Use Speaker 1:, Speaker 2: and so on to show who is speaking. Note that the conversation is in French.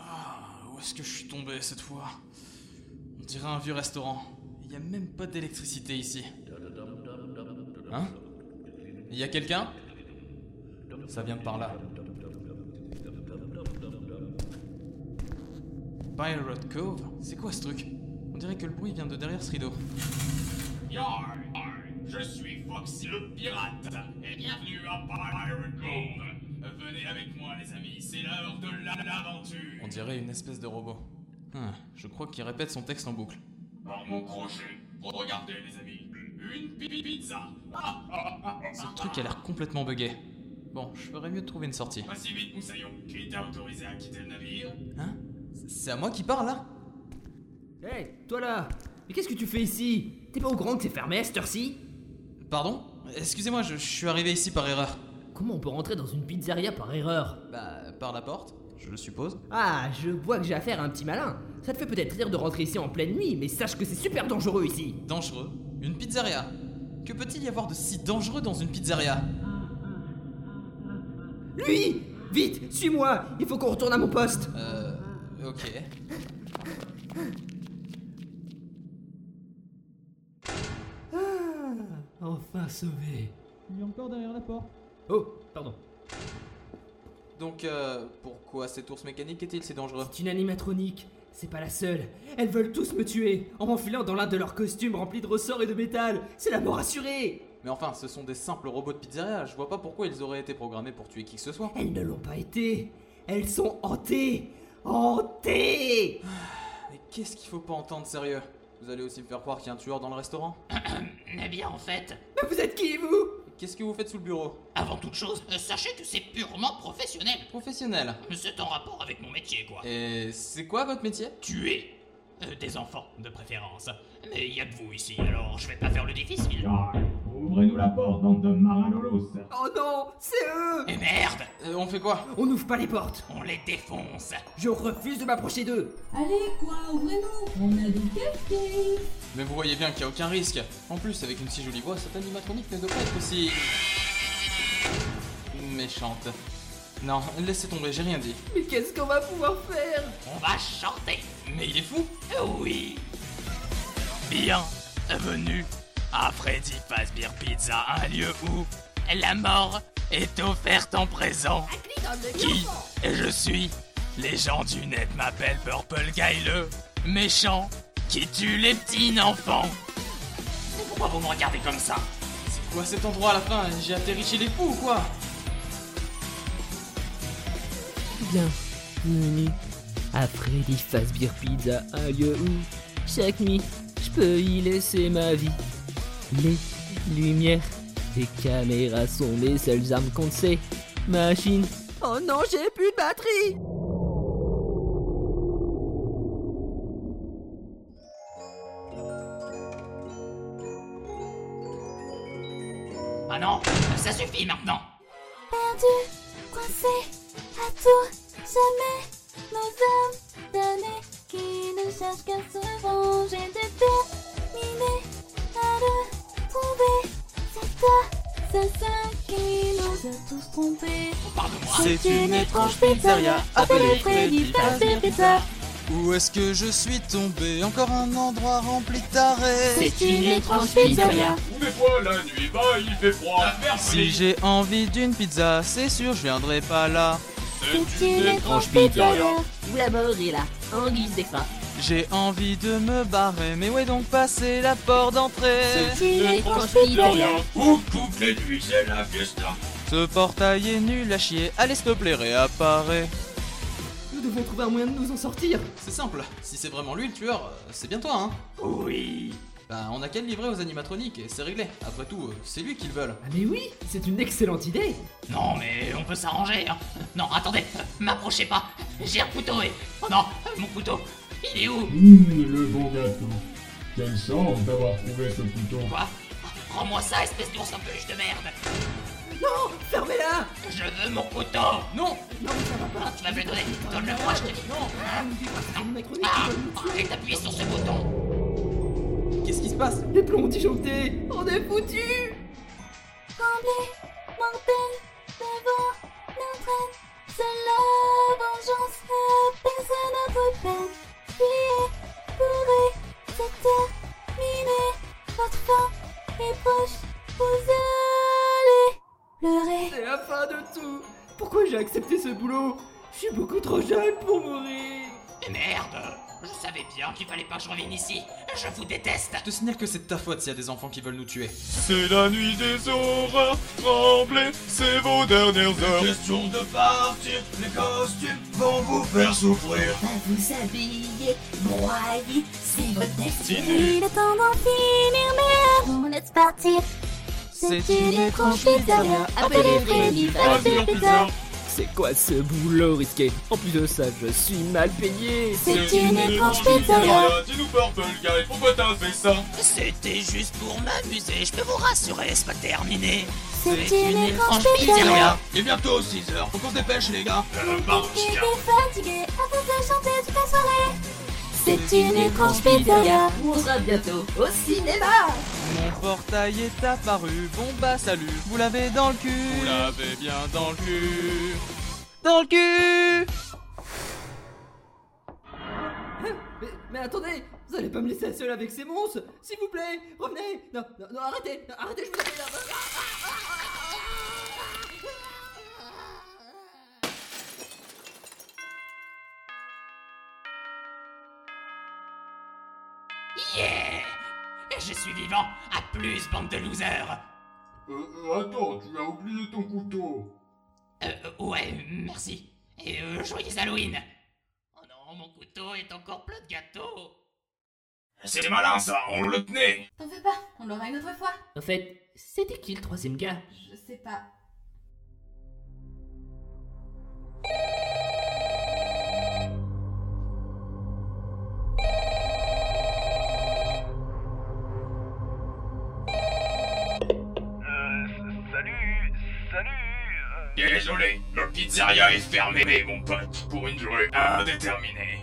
Speaker 1: Ah, suis tombé cette fois. On dirait un vieux restaurant. Il n'y a même pas d'électricité ici. Hein Il y a quelqu'un Ça vient de par là. Pirate Cove C'est quoi ce truc On dirait que le bruit vient de derrière ce rideau.
Speaker 2: Yar, je suis Foxy le pirate et bienvenue à Pirate Cove. Venez avec moi les amis, c'est l'heure de la- l'aventure.
Speaker 1: On dirait une espèce de robot. Hum, je crois qu'il répète son texte en boucle.
Speaker 2: Par mon crochet, regardez les amis, une pi- pizza. Ah, ah, ah, ah.
Speaker 1: Ce truc a l'air complètement buggé. Bon, je ferais mieux de trouver une sortie.
Speaker 2: Pas si vite Moussaillon, qui t'a autorisé à quitter le navire
Speaker 1: Hein C'est à moi qui parle là
Speaker 3: Hé, toi là Mais qu'est-ce que tu fais ici T'es pas au grand que c'est fermé à cette heure-ci
Speaker 1: Pardon Excusez-moi, je, je suis arrivé ici par erreur.
Speaker 3: Comment on peut rentrer dans une pizzeria par erreur
Speaker 1: Bah, par la porte, je le suppose.
Speaker 3: Ah, je vois que j'ai affaire à un petit malin. Ça te fait peut-être rire de rentrer ici en pleine nuit, mais sache que c'est super dangereux ici.
Speaker 1: Dangereux Une pizzeria Que peut-il y avoir de si dangereux dans une pizzeria
Speaker 3: Lui Vite, suis-moi Il faut qu'on retourne à mon poste
Speaker 1: Euh. Ok.
Speaker 3: Enfin sauvé.
Speaker 4: Il est encore derrière la porte.
Speaker 3: Oh, pardon.
Speaker 1: Donc, euh, pourquoi cet ours mécanique est-il si dangereux
Speaker 3: C'est une animatronique. C'est pas la seule. Elles veulent tous me tuer en m'enfilant dans l'un de leurs costumes remplis de ressorts et de métal. C'est la mort assurée
Speaker 1: Mais enfin, ce sont des simples robots de pizzeria, je vois pas pourquoi ils auraient été programmés pour tuer qui que ce soit.
Speaker 3: Elles ne l'ont pas été. Elles sont hantées. Hantées
Speaker 1: Mais qu'est-ce qu'il faut pas entendre sérieux Vous allez aussi me faire croire qu'il y a un tueur dans le restaurant
Speaker 5: Eh bien, en fait,
Speaker 3: Mais vous êtes qui, vous
Speaker 1: Qu'est-ce que vous faites sous le bureau
Speaker 5: avant toute chose, euh, sachez que c'est purement professionnel.
Speaker 1: Professionnel.
Speaker 5: C'est en rapport avec mon métier, quoi.
Speaker 1: Et c'est quoi votre métier
Speaker 5: Tuer euh, des enfants, de préférence. Mais il y a que vous ici, alors je vais pas faire le difficile.
Speaker 2: Yar, ouvrez-nous la porte, bande de maralolos.
Speaker 3: Oh non, c'est eux
Speaker 5: Et Eh merde
Speaker 1: Euh, On fait quoi
Speaker 3: On n'ouvre pas les portes.
Speaker 5: On les défonce
Speaker 3: Je refuse de m'approcher d'eux.
Speaker 6: Allez, quoi, ouvrez-nous On a des cupcakes
Speaker 1: Mais vous voyez bien qu'il y a aucun risque. En plus, avec une si jolie voix, cette animatronique ne doit pas être aussi... méchante. Non, laissez tomber, j'ai rien dit.
Speaker 3: Mais qu'est-ce qu'on va pouvoir faire
Speaker 5: On va chanter
Speaker 1: Mais il est fou
Speaker 5: Euh, Oui Bienvenue à Ah, Freddy Fazbear Pizza, un lieu où la mort est offerte en présent. Qui je suis Les gens du net m'appellent Purple Guy le méchant qui tue les petits enfants. Mais Pourquoi vous me regardez comme ça
Speaker 1: C'est quoi cet endroit à la fin J'ai atterri chez les fous ou quoi
Speaker 3: Bienvenue à Freddy Fazbear Pizza, un lieu où, chaque nuit, je peux y laisser ma vie. Les lumières des caméras sont mes seules armes contre ces machines. Oh non, j'ai plus de batterie
Speaker 5: Ah non, ça suffit maintenant.
Speaker 6: Perdu, coincé, à tout jamais Nous sommes damnés qui ne cherchent qu'à se venger Déterminés à le trouver C'est toi, c'est ça qui nous a tous trompés
Speaker 5: Pardonne-moi.
Speaker 6: C'est une étrange pizzeria appelée Freddy Fazbear Pizza
Speaker 1: Où est-ce que je suis tombé Encore un endroit rempli de tarés
Speaker 6: C'est une étrange pizzeria
Speaker 2: Ouvrez-moi la nuit, bah il fait froid. La ferme,
Speaker 1: Si j'ai envie d'une pizza, c'est sûr, je viendrai pas là.
Speaker 6: C'est une étrange pizzeria
Speaker 3: Où la mort est là, en guise d'extra.
Speaker 1: J'ai envie de me barrer, mais ouais donc passer la porte d'entrée
Speaker 6: C'est une étrange pizzeria
Speaker 2: Où toutes les nuits, c'est la fiesta.
Speaker 1: Ce portail est nul à chier, allez s'il te plaît, réapparaît
Speaker 3: Nous devons trouver un moyen de nous en sortir
Speaker 1: C'est simple, si c'est vraiment lui le tueur, euh, c'est bien toi hein
Speaker 5: Oui.
Speaker 1: Bah on a qu'à le livrer aux animatroniques et c'est réglé. Après tout, euh, c'est lui qu'ils veulent.
Speaker 3: Ah mais oui, c'est une excellente idée
Speaker 5: Non mais on peut s'arranger. hein. Non, attendez, euh, m'approchez pas. J'ai un couteau et oh non, euh, mon couteau. Il est où
Speaker 2: Hum, le bon gâteau. Quelle chance d'avoir trouvé ce couteau.
Speaker 5: Quoi Rends-moi ça, espèce d'ours en peluche de merde.
Speaker 3: Non, fermez-la
Speaker 5: Je veux mon couteau.
Speaker 1: Non
Speaker 3: Non, mais ça va pas
Speaker 5: Ah, tu vas me le donner. Donne-le moi, je te dis.
Speaker 3: Non, ah, nous vivons à cette animatronique
Speaker 5: Ah
Speaker 3: qui veulent nous tuer.
Speaker 5: Arrête d'appuyer sur ce bouton.
Speaker 1: Qu'est-ce qui se passe
Speaker 3: Les plombs ont disjoncté On est foutus
Speaker 6: Comblé, mortel, devant notre haine, seule la vengeance apaise notre peine. vous allez pleurer.
Speaker 3: C'est la fin de tout Pourquoi j'ai accepté ce boulot Je suis beaucoup trop jeune pour mourir
Speaker 5: Et Eh, merde Je savais bien qu'il fallait pas que je revienne ici Je vous déteste
Speaker 1: Je te signale que c'est de ta faute s'il y a des enfants qui veulent nous tuer.
Speaker 2: C'est la nuit des horreurs, tremblez, c'est vos dernières heures. Question de partir, les costumes vont vous faire souffrir.
Speaker 6: Vous habillez, broyez, c'est votre destinée. Il est temps d'en finir, mais on laisse partir. C'est une étrange pizzeria, appelez Freddy Fazbear Pizza.
Speaker 3: C'est quoi ce boulot risqué En plus de ça, je suis mal payé
Speaker 6: C'est une étrange pizzeria,
Speaker 2: Dis-nous, Purple Guy, pourquoi t'as fait ça
Speaker 5: C'était juste pour m'amuser, je peux vous rassurer, c'est pas terminé
Speaker 6: c'est une étrange pizzeria.
Speaker 2: Il est bientôt 6h, faut qu'on se dépêche, les gars. Le
Speaker 6: Il est fatigué, à force de chanter toute la soirée. C'est une étrange pizzeria.
Speaker 4: où on sera bientôt au cinéma
Speaker 1: Mon portail est apparu, bon bah salut, vous l'avez dans le cul.
Speaker 2: Vous l'avez bien dans le cul.
Speaker 1: Dans le cul
Speaker 3: mais, mais attendez Vous allez pas me laisser seul avec ces monstres S'il vous plaît Revenez Non, non, non, arrêtez non, Arrêtez, je vous appelle
Speaker 5: Yeah Et je suis vivant À plus, bande de losers
Speaker 2: Euh, attends, tu as oublié ton couteau.
Speaker 5: Euh, ouais, merci. Et euh, joyeux Halloween Oh non, mon couteau est encore plein de gâteaux
Speaker 2: C'est malin, ça, on le tenait.
Speaker 4: T'en fais pas, on l'aura une autre fois.
Speaker 3: En fait, c'était qui le troisième gars
Speaker 4: Je sais pas.
Speaker 2: Désolé, le pizzeria est fermé, mon pote, pour une durée indéterminée.